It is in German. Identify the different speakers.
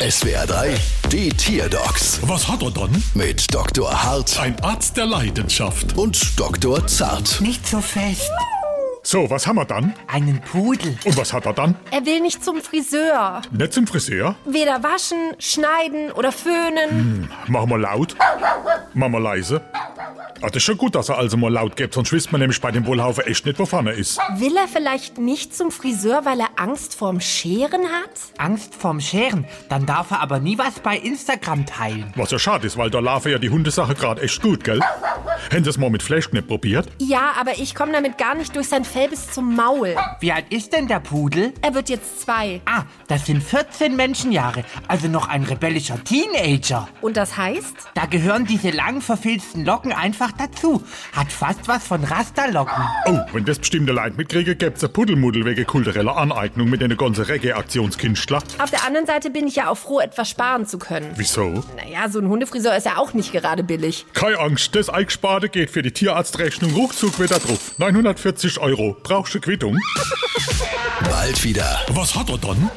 Speaker 1: SWR 3, die Tierdocs
Speaker 2: Was hat er dann?
Speaker 1: mit Dr. Hart
Speaker 2: Ein Arzt der Leidenschaft.
Speaker 1: und Dr. Zart.
Speaker 3: Nicht so fest.
Speaker 2: So, was haben wir dann?
Speaker 3: Einen Pudel.
Speaker 2: Und was hat er dann?
Speaker 4: Er will nicht zum Friseur.
Speaker 2: Nicht zum Friseur?
Speaker 4: Weder waschen, schneiden oder föhnen.
Speaker 2: Machen wir laut. Machen wir leise. Ah, das ist schon gut, dass er also mal laut gibt, sonst wisst man nämlich bei dem Wohlhaufen echt nicht, wovon er ist.
Speaker 4: Will er vielleicht nicht zum Friseur, weil er Angst vorm Scheren hat?
Speaker 3: Angst vorm Scheren. Dann darf er aber nie was bei Instagram teilen.
Speaker 2: Was ja schade ist, weil da laufen ja die Hundesache gerade echt gut, gell? Hätten sie es mal mit Flashknepp probiert?
Speaker 4: Ja, aber ich komme damit gar nicht durch sein Fell bis zum Maul.
Speaker 3: Wie alt ist denn der Pudel?
Speaker 4: Er wird jetzt zwei.
Speaker 3: Ah, das sind 14 Menschenjahre. Also noch ein rebellischer Teenager.
Speaker 4: Und das heißt?
Speaker 3: Da gehören diese lang verfilzten Locken einfach dazu. Hat fast was von Rasterlocken.
Speaker 2: Oh, wenn das bestimmte Leid mitkriege, gäb's ein Puddelmuddel wegen kultureller Aneignung mit den ganzen Reggae-Aktionskünstler.
Speaker 4: Auf der anderen Seite bin ich ja auch froh, etwas sparen zu können.
Speaker 2: Wieso?
Speaker 4: Naja, so ein Hundefriseur ist ja auch nicht gerade billig.
Speaker 2: Keine Angst, das Eingesparte geht für die Tierarztrechnung ruckzuck wieder drauf. 940 Euro. Brauchst du Quittung?
Speaker 1: Bald wieder.
Speaker 2: Was hat er dann?